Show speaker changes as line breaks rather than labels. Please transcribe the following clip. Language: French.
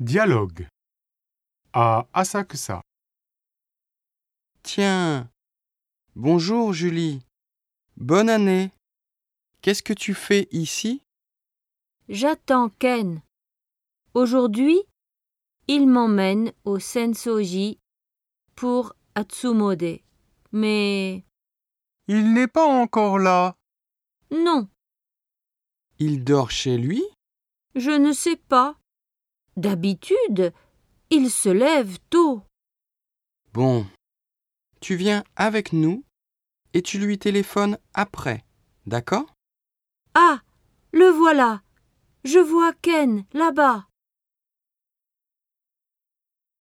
Dialogue. À Asakusa.
Tiens. Bonjour Julie. Bonne année. Qu'est-ce que tu fais ici
J'attends Ken. Aujourd'hui, il m'emmène au Sensoji pour Atsumode. Mais
Il n'est pas encore là.
non,
Il dort chez lui
je ne sais pas. D'habitude, il se lève tôt.
Bon. Tu viens avec nous et tu lui téléphones après, d'accord
Ah, le voilà. Je vois Ken là-bas.